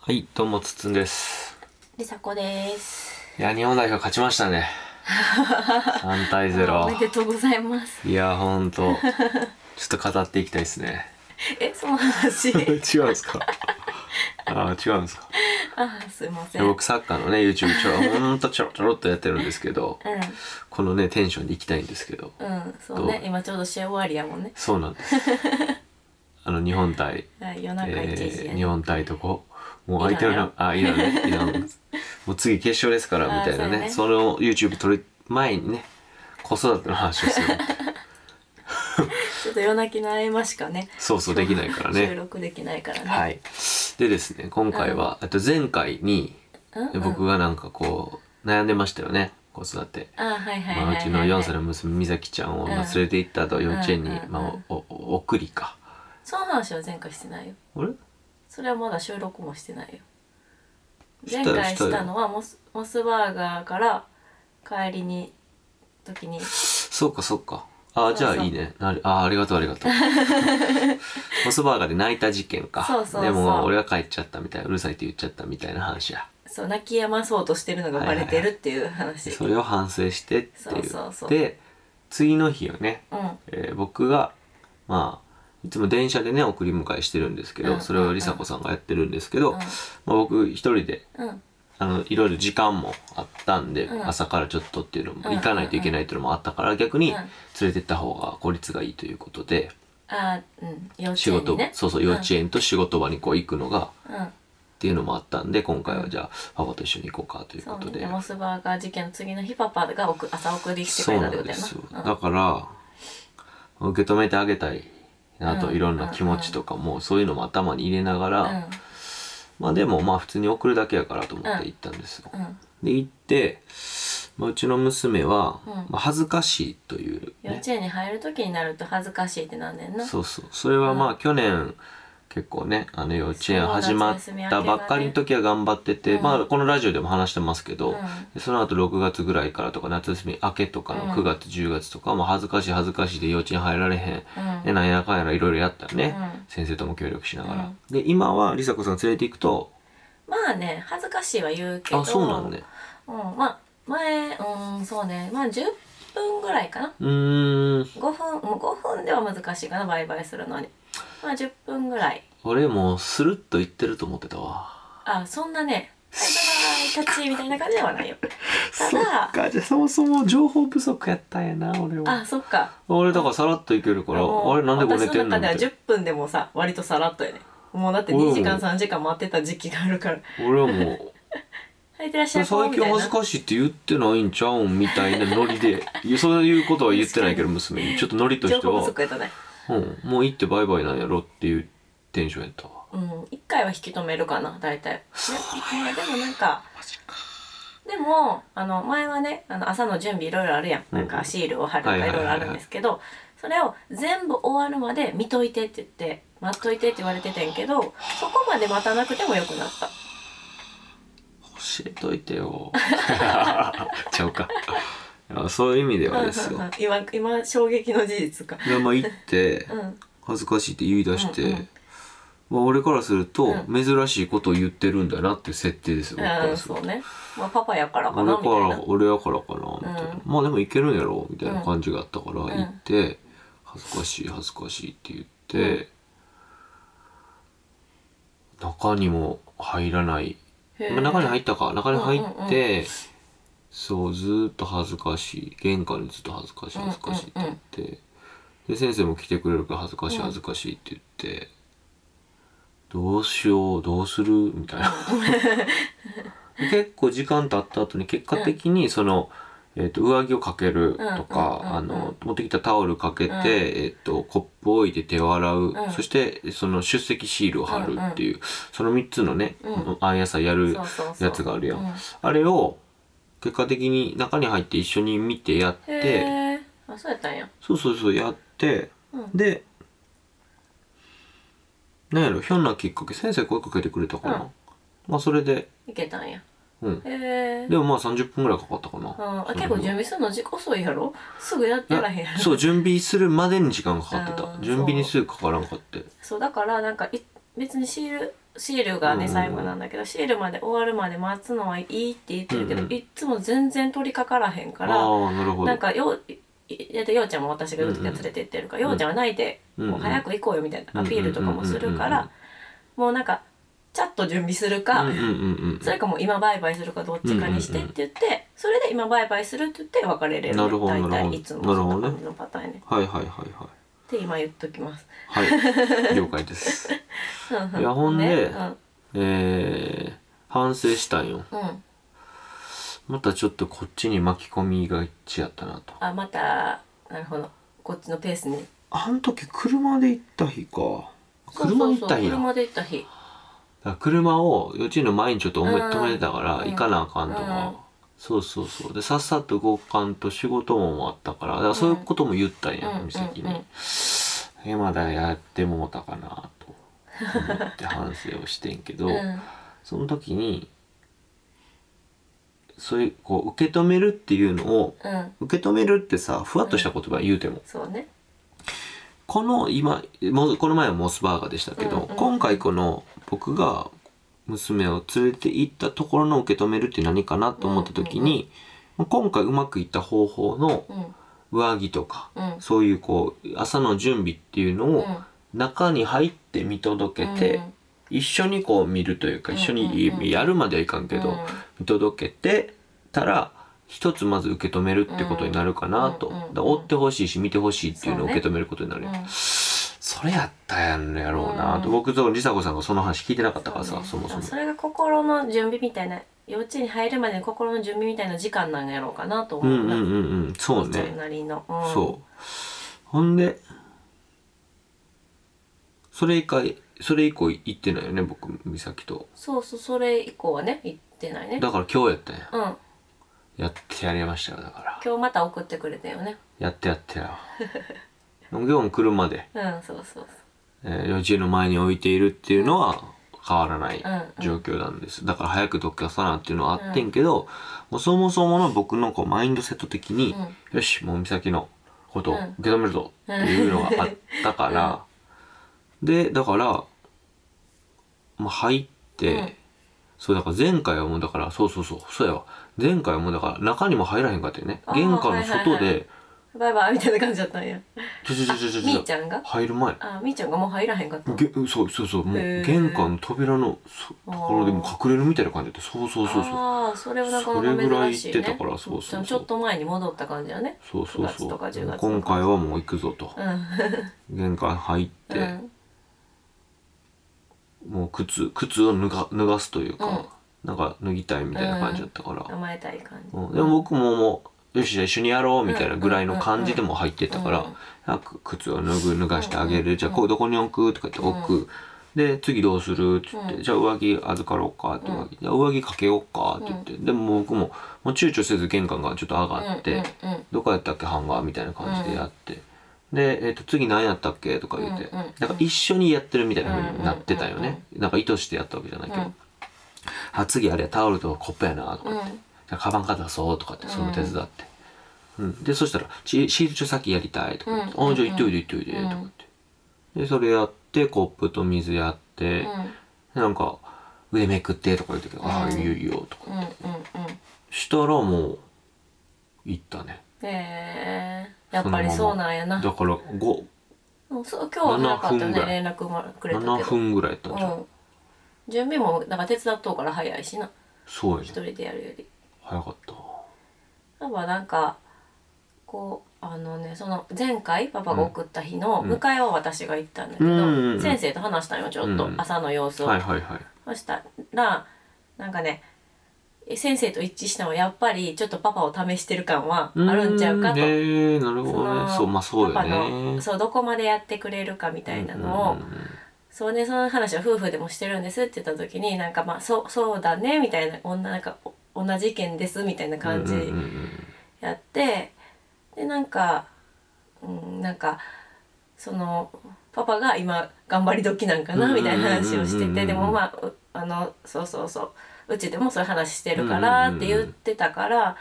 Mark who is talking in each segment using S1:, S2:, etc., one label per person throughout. S1: はい、どうも、つっつんです。
S2: りさこです。
S1: いや、日本代表勝ちました ね。3対
S2: おめで
S1: 0。
S2: とうございます。
S1: いや、ほんと。ちょっと語っていきたいですね。。
S2: え、その 話
S1: 違うんです かあー違うんですか
S2: あ、すいま
S1: い
S2: せん。
S1: や
S2: うん。
S1: 僕サッカーのね YouTube ちょろほんとちょろちょろっとやってるんですけどこのねテンションでいきたいんですけど
S2: うん、そうね
S1: ど。う
S2: 今ちょうど試合終わりやもんね。
S1: そうなん ですあの日本対、
S2: はい、夜中1時
S1: え
S2: や
S1: ー、
S2: ね。
S1: 日本対どこもう相手
S2: イラン
S1: の
S2: よ
S1: あイラン ねイランもう次決勝ですからみ
S2: あー
S1: たいなね
S2: そ
S1: その YouTube 撮る前にね子育ての話を する
S2: ちょっと夜泣きの合間しかね。
S1: そうそうできないから
S2: 収
S1: ね。
S2: 録できないからね。
S1: はい。でですね、今回は、あと前回に、
S2: うん。うん、
S1: 僕がなんかこう、悩んでましたよね、子育て。
S2: あ、はいはいはい
S1: ま
S2: は
S1: あ、
S2: い、
S1: う
S2: はい。
S1: ちの4歳の娘、美咲ちゃんを
S2: うん
S1: まあ連れて行ったと幼稚園に
S2: うんう、ん
S1: まあ、おおお送りか。
S2: その話は前回してないよ。
S1: あれ
S2: それはまだ収録もしてないよ。
S1: した
S2: 前
S1: よ
S2: 回
S1: したよ
S2: したのはモスモスバーガーから帰りに時に
S1: そうか、そうか。ああ、じゃあ
S2: そうそう
S1: いいね。なるああ、ありがとう、ありが とう。モスバーガーで泣いた事件か。
S2: そうそうそう
S1: でも、俺が帰っちゃったみたい、うるさいって言っちゃったみたいな話や。
S2: そう泣き止まそうとしてるのがバレてるっていう話。
S1: それを反省してっていう。
S2: そうそうそう
S1: で、次の日よね、
S2: うん。
S1: えー僕がまあいつも電車でね送り迎えしてるんですけど、
S2: うん
S1: それを梨紗子さんがやってるんですけど、
S2: うん
S1: まあ、僕一人で
S2: うん、
S1: あのいろいろ時間もあったんで、
S2: うん
S1: 朝からちょっとっていうのも、
S2: うん
S1: 行かないといけないっていうのもあったから逆に
S2: うん
S1: 連れてった方が効率がいいということで、
S2: あーうん幼稚
S1: 仕
S2: 園
S1: 事、
S2: にね
S1: そうそう幼稚園と仕事場にこう行くのが
S2: うん、うん
S1: っていうのもあったんで今回はじゃあパパと一緒に行こうかという
S2: そ
S1: こ
S2: う
S1: と
S2: ね
S1: で
S2: でモスバーガー事件の次の日パパが送朝送りしてく
S1: そ
S2: れ
S1: う
S2: た
S1: な
S2: ってこ
S1: ん
S2: と
S1: で
S2: や
S1: すよ、
S2: な
S1: だから受け止めてあげたいなと、
S2: うん
S1: いろんな気持ちとかも、そういうのも頭に入れながら、
S2: うん
S1: まあでもまあ普通に送るだけやからと思って行ったんですよ、
S2: うん
S1: で行って、まあ、うちの娘は、
S2: うん
S1: まあ、恥ずかしいという、
S2: 幼
S1: ね、
S2: 稚園に入る時になると恥ずかしいってなんねんな
S1: そうそうそれはまあ去年結構ねあの幼稚園始まったばっかりの時は頑張ってて、
S2: うん
S1: まあこのラジオでも話してますけど、
S2: うん
S1: でその後6月ぐらいからとか夏休み明けとか
S2: うん
S1: の9月10月とか、もう恥ずかしい恥ずかしいで幼稚園入られへん、
S2: うん
S1: でなんやかんやらいろいろやったよね、
S2: うん
S1: 先生とも協力しながら、
S2: うん
S1: で今は梨紗子さん連れて行くと
S2: まあね恥ずかしいは言うけど
S1: あそうなんね
S2: うん、まあ前うんそうねまあ10分ぐらいかな
S1: うーん
S2: 5分もう5分では難しいかなバイバイするのにまあ10分ぐらい
S1: 俺もうスルッと行ってると思ってたわ
S2: あそんなね「はいバイバイタッチ」みたいな感じではないよた
S1: そ
S2: だ
S1: っかじゃあそもそも情報不足やったんやな俺は
S2: あそっか
S1: 俺だからさらっと行けるから
S2: もう
S1: あれなんでこねてんの
S2: 私の
S1: みた
S2: 中
S1: い
S2: で
S1: な
S2: は10分でもさ割とさらっとやねもうだって2時間3時間待ってた時期があるから
S1: 俺はもう
S2: 「入ってらっしゃ
S1: 最
S2: いこう」み
S1: 近
S2: たいな
S1: 恥ずかしいって言ってないんちゃうんみたいなノリ でいやそういうことは言ってないけど娘にちょっとノリとし
S2: 情
S1: て
S2: 報
S1: は
S2: 不足やったね
S1: うん、もう行ってバイバイなんやろっていうテンションやったわ
S2: うん1回は引き止めるかな大体
S1: そう
S2: ねでもなんか
S1: マジか
S2: でもあの前はねあの朝の準備いろいろあるやん、
S1: うん
S2: なんかシールを貼ると
S1: は
S2: か
S1: いいはいはい
S2: ろ
S1: はいい
S2: ろあるんですけどそれを全部終わるまで見といてって言って待っといてって言われててんけどそこまで待たなくてもよくなった
S1: 教えといて よ ちゃうかいやそういう意味ではですよ
S2: 今今衝撃の事実か
S1: でまあ行って
S2: うん
S1: 恥ずかしいって言い出して、
S2: うんうん
S1: まあ、俺からすると
S2: う
S1: 珍しいことを言ってるんだなっていう設定ですよ、僕か
S2: うん
S1: らする
S2: そ
S1: と
S2: うねまあパパやからか
S1: 俺
S2: な
S1: か
S2: みたい
S1: ら俺やからかなみたいな、
S2: うん
S1: まあでもいけるんやろみたいな感じがあったから
S2: ん
S1: 行って、恥ずかしい恥ずかしいって言って、中にも入らない、まあ、
S2: な
S1: 中に
S2: 入
S1: 入ったか中に入
S2: うんうんう
S1: っ
S2: ん
S1: て、そうずーっと恥ずかしい玄関にずっと恥ずかしい
S2: うんうん
S1: 恥ずかしいって言って、で先生も来てくれるから恥ずかしい恥ずかしいって言って、どうしようどうするみたいな。結構時間経った後に結果的にその、えー、と上着をかけるとか、
S2: うんうんうんうん
S1: あの持ってきたタオルかけて、
S2: うん
S1: えー、とコップを置いて手を洗う、
S2: ん
S1: そしてその出席シールを貼るっていう、その3つのね、
S2: うん
S1: 毎朝やるや
S2: や
S1: つがあるやん
S2: うん
S1: あれを結果的に中に入って一緒に見てやっ
S2: へ
S1: て
S2: えあそうやったんや
S1: そうそうそうやって
S2: うん
S1: でなんやろひょんなきっかけ先生声かけてくれたかな、
S2: うん
S1: まあそれで
S2: いけたんや
S1: うん
S2: へえ
S1: でもまあ30分ぐらいかかったかな。
S2: あ
S1: その
S2: 結構準備するの自己遅いやろすぐやってらへんや
S1: いや
S2: ろ
S1: そう準備するまでに時間かかって
S2: あ
S1: た
S2: ー
S1: 準備にすぐかからんかって
S2: そうだからなんかい別にシールシールがね
S1: うん
S2: 最後なんだけどシールまで終わるまで待つのはいいって言ってるけど、
S1: うんうん
S2: いっつも全然取りかからへんか
S1: ああ
S2: ら
S1: ーなるほど
S2: なんかよういだってようちゃんも私が連れて行ってるから、
S1: うんうん
S2: ようちゃんは泣いて、
S1: うんうん
S2: もう早く行こうよみたいなアピールとかもするか
S1: うんうんうんうんうん
S2: らもうなんかチャット準備するか、
S1: うんうんうん
S2: それかもう今バイバイするかどっちかにしてって言って、それで今バイバイするって言って別れれる
S1: なるほどな
S2: 大
S1: るほ
S2: 体
S1: ど
S2: いつもそんな感じのパターンやね
S1: はいはいはい
S2: って今言っときます。
S1: はいはい了解ですいやほんで
S2: ね
S1: えー、反省したんよ
S2: うん、うん、
S1: またちょっとこっちに巻き込みがちやったなと
S2: あまたなるほどこっちのペースに
S1: あん時車で行った日か車で行った日や
S2: そうそうそう車で行った日
S1: だから車を幼稚園の前にちょっと思い
S2: うん
S1: 止めてたから
S2: うん
S1: 行かなあかんと
S2: う
S1: か、
S2: ん
S1: そうそうそうでさっさと動かんと仕事もあったからだからそういうことも言ったんや、
S2: うん
S1: 美咲に、
S2: うんうん
S1: えまだやってもうたかなと思って反省をしてんけど、
S2: うん
S1: その時にそういうこう受け止めるっていうのを
S2: うん
S1: 受け止めるってさふわっとした言葉言うても、
S2: そうね
S1: この今もうこの前はモスバーガーでしたけど、
S2: うんうん
S1: 今回この僕が娘を連れて行ったところの受け止めるって何かなと思った時に、今回うまくいった方法の
S2: うん
S1: 上着とか、
S2: うん
S1: そういうこう朝の準備っていうの
S2: う
S1: を
S2: ん
S1: 中に入って見届けて、一緒にこう見るというか
S2: うん
S1: 一緒にやるまではいかんけど、
S2: うん
S1: 見届けてたら一つまず受け止めるってことになるかなと、
S2: うんうんうんう
S1: だ
S2: ん
S1: から追ってほしいし見てほしいっていうのを
S2: そ
S1: 受
S2: うね
S1: け止めることになる
S2: う
S1: よ、
S2: ん
S1: それやったやんやろうなと、
S2: うん
S1: 僕と梨紗子さんがその話聞いてなかったからさそ,、
S2: うね
S1: もそも
S2: それが心の準備みたいな幼稚園に入るまでの心の準備みたいな時間なんやろうかなと
S1: う
S2: 思
S1: ん
S2: う
S1: うん
S2: な、
S1: うんうんそう
S2: 自分
S1: ね、
S2: なりの、
S1: そうほんでそれ以外それ以降行ってないよね僕美咲と
S2: うんそうそうそれ以降はね行ってないね
S1: だから今日やったんや
S2: うん今
S1: やってやりましたよだから
S2: 日また送ってくれたよね
S1: やってや ってよ今日も車で、
S2: うんそうそうそう
S1: えー幼稚園の前に置いているっていうのは変わらない、
S2: うんうん
S1: 状況なんですだから早くどっかさなっていうのはあってんけど、もうそもそもの僕のこうマインドセット的に、よしもう美咲のことを
S2: うん
S1: 受け止めるぞっていうのがあったから、 でだから、まあ、入って、
S2: うん
S1: そうだから前回はもうだからそうそうそうそうやわ前回はもうだから中にも入らへんかったよね
S2: あー
S1: 玄関の外
S2: はいはいは
S1: で
S2: バイバイみたいな感じだったんや
S1: ちょちょちょちょちょ
S2: みー
S1: ち
S2: ちゃんが
S1: ょ入る前
S2: あみーちゃんがもう入らへんかったの
S1: げそうそうそうも
S2: へ
S1: う
S2: ー
S1: 玄関の扉のそところでもう隠れるみたいな感じでそうそうそうそう
S2: ああそれはなか
S1: それ
S2: な
S1: ぐら
S2: か
S1: い
S2: 珍しい
S1: 行
S2: ね
S1: ってたからそうそうそう
S2: ちょっと前に戻った感じだね
S1: そうそうそ
S2: 9月とか10月と
S1: う
S2: か
S1: 今回はもう行くぞと
S2: うん
S1: 玄関入って、
S2: うん
S1: もう靴靴を脱が脱がすというか、なんか脱ぎたいみたいな感じだったから、
S2: 甘えたい感じ
S1: うんでも僕ももうよしじゃあ一緒にやろうみたいなぐらいの感じでも入ってたから、
S2: うんうんうん
S1: なんか靴を脱ぐ脱がしてあげる、
S2: うんうんうん
S1: じゃあこうどこに置くとか言って置く、で次どうするって言って、
S2: うん
S1: じゃあ上着預かろうかって上着,、上着かけようかって言って、でも僕ももう躊躇せず玄関がちょっと上がって、
S2: うんうんうん
S1: どこやったっけハンガーみたいな感じでやって、で、えっと次何やったっけとか言って、
S2: うんうんうん
S1: なんか一緒にやってるみたいな風になってたよね、
S2: うんうん
S1: なんか意図してやったわけじゃないけど、
S2: うん
S1: あ次あれタオルとコップやなとか言って、
S2: うん
S1: じゃあカバンから出そうとかってその手伝って、うんでそしたらシシール帳先やりたいとか言って、
S2: うんうんうん
S1: あじゃあ行っといで行っといでとか言って、でそれやってコップと水やって、なんか上めくってとか言って、
S2: ん
S1: ああいいよいいよとか
S2: うんうんうんうん
S1: したらもう行ったね
S2: へえやっぱりそうなんやな
S1: だからご
S2: うんそう今日はなかった
S1: 7
S2: よ
S1: 分ぐ
S2: ね
S1: らい
S2: 連絡もくれたけど
S1: 7分ぐらいやったんじゃん、
S2: うん準備もなんか手伝っとうから早いしな
S1: そうや
S2: 一
S1: ね
S2: 人でやるより
S1: 早かった
S2: パパなんかこうあのねその前回パパが送った日の
S1: うん
S2: 迎えは私が行ったんだけど、
S1: うんうんうん
S2: 先生と話したんよちょっと、
S1: うん
S2: 朝の様子を、
S1: はいはいはい
S2: そしたらなんかねえ先生と一致したのはやっぱりちょっとパパを試してる感はあるんちゃうかと、
S1: えー、なるほどね
S2: の
S1: そうまあそうよ
S2: パパの
S1: ね
S2: そうどこまでやってくれるかみたいなのを、
S1: うんうんうん
S2: そうねその話は夫婦でもしてるんですって言った時になんかまあそうそうだねみたいな女なんかお同じ意見ですみたいな
S1: うん
S2: 感
S1: うん
S2: じ
S1: うん
S2: やって、でなんかうんなんかそのパパが今頑張り時なんか
S1: うん
S2: な
S1: うんうん
S2: みたいな話をして
S1: うんうんうん
S2: てでもまあうあのそうそうそううちでもそういう話してるからって言ってたから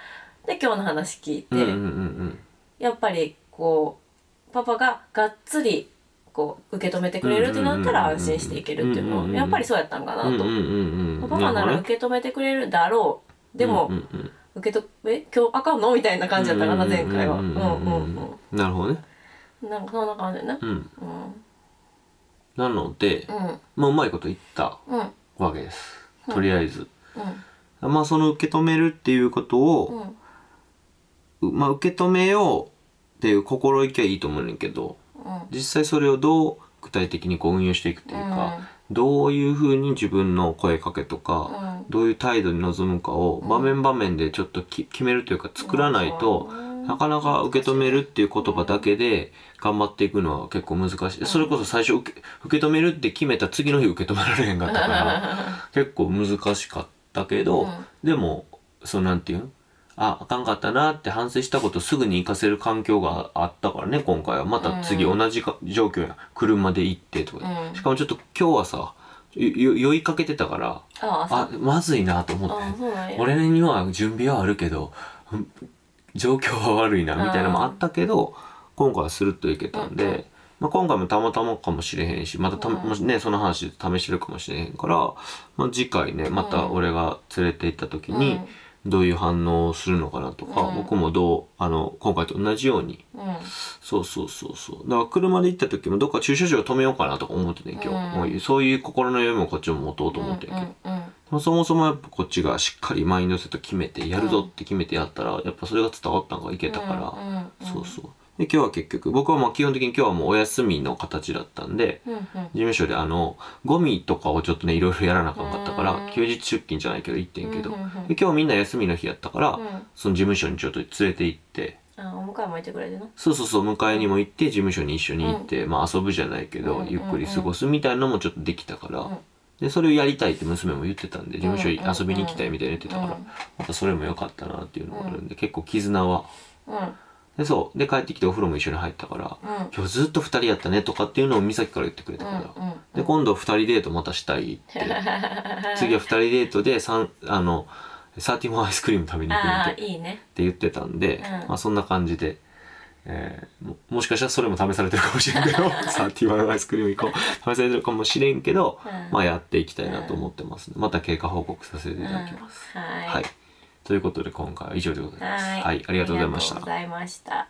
S2: で今日の話聞いて、
S1: うんうんうんうん
S2: やっぱりこうパパががっつりこう受け止めてくれるってなったら
S1: うんうんうんうん
S2: 安心していけるっていう
S1: うんう
S2: の
S1: ん
S2: は
S1: うん
S2: やっぱりそうやったんかな
S1: うんう
S2: と
S1: んうんうん
S2: パパなら受け止めてくれるだろうでも、
S1: うんうんうん
S2: 受けとえ今日あかんのみたいな感じだったかな前回はう
S1: うんんうん
S2: う
S1: ん
S2: う
S1: うんなるほどね
S2: んなんかそんな感じね
S1: うん
S2: うん
S1: なので
S2: うん
S1: まあうまいこと言った
S2: うん
S1: わけです
S2: うん
S1: とりあえず
S2: うん
S1: まあその受け止めるっていうこと
S2: う
S1: を
S2: ん
S1: まあ受け止めようっていう心意気はいいと思うねんけど
S2: うん
S1: 実際それをどう具体的にこう運用していくっていうかどういうふうに自分の声かけとか
S2: うん
S1: どういう態度に臨むかを
S2: うん
S1: 場面場面でちょっとき決めるというか作らないと
S2: うん
S1: なかなか受け止めるっていう言葉だけで頑張っていくのは結構難しいそれこそ最初受け受け止めるって決めた次の日受け止められへんかったから結構難しかったけ
S2: う
S1: ど
S2: ん
S1: でもそのなんていうんああかんかったなって反省したことすぐに活かせる環境があったからね今回はまた次
S2: うん
S1: 同じか状況や車で行ってとか
S2: うん
S1: しかもちょっと今日はさよよ酔いかけてたから
S2: ああそ
S1: あ
S2: う
S1: まずいなと思って
S2: あそうなんや
S1: 俺には準備はあるけどうん状況は悪いなみたいなのもあったけど今回はスルッといけたんで、
S2: うんうん
S1: まあ、今回もたまたまかもしれへんしまたた、
S2: うん
S1: もしねその話で試してるかもしれへんから、まあ、次回ねまた俺が連れて行った時にどういう反応をするのかなとか、
S2: うん
S1: 僕もどうあの今回と同じように
S2: うんうん
S1: そうそうそうそうだから車で行った時もどっか駐車場を止めようかなとか思ってね今日、
S2: うん
S1: もうそういう心の余裕もこっちも持とうと思ってんけど。
S2: うんうん
S1: まあそもそもやっぱこっちがしっかりマインドセット決めてやるぞって決めてやったら、やっぱそれが伝わったのがいけたから、
S2: ら
S1: そうそうで今日は結局僕はまあ基本的に今日はもうお休みの形だったんで
S2: うんうん
S1: 事務所であのゴミとかをちょっとねいろいろやらなあかんかったから、
S2: うん
S1: 休日出勤じゃないけど行ってんけど、
S2: うんうんうん
S1: で今日みんな休みの日やったから、
S2: うん
S1: その事務所にちょっと連れて行って
S2: あお迎えもいてくれてな
S1: そうそうそう迎えにも行って事務所に一緒に行って、まあ遊ぶじゃないけど、
S2: うん
S1: ゆっくり過ごすみたいなのもちょっとできたから、
S2: うん
S1: でそれをやりたいって娘も言ってたんで事務所に遊びに行きたいみたいに言ってたから、
S2: うん
S1: またそれも良かったなっていうのがあるんで、結構絆は
S2: うん
S1: でそうで帰ってきてお風呂も一緒に入ったから
S2: うん
S1: 今日ずっと2人やったねとかっていうのを美咲から言ってくれたから、
S2: うんうん
S1: で今度2人デートまたしたいって次は2人デートで3あのサーティモンアイスクリーム食べに行くみた
S2: あ
S1: いっ
S2: あ
S1: て
S2: いいね
S1: 言ってたんで、
S2: うん
S1: まあ、そんな感じで、えーももしかしたらそれも試されてるかもしれんけ どサーティワンアイスクリーム行こう試されてるかもしれんけど、
S2: うん
S1: まあやっていきたいなと思ってますねまた経過報告させていただきます。
S2: うんはい
S1: はい。ということで今回は以上でございます。
S2: はい
S1: はい、ありがとうございまし
S2: ありがとう
S1: た
S2: ご。ざいました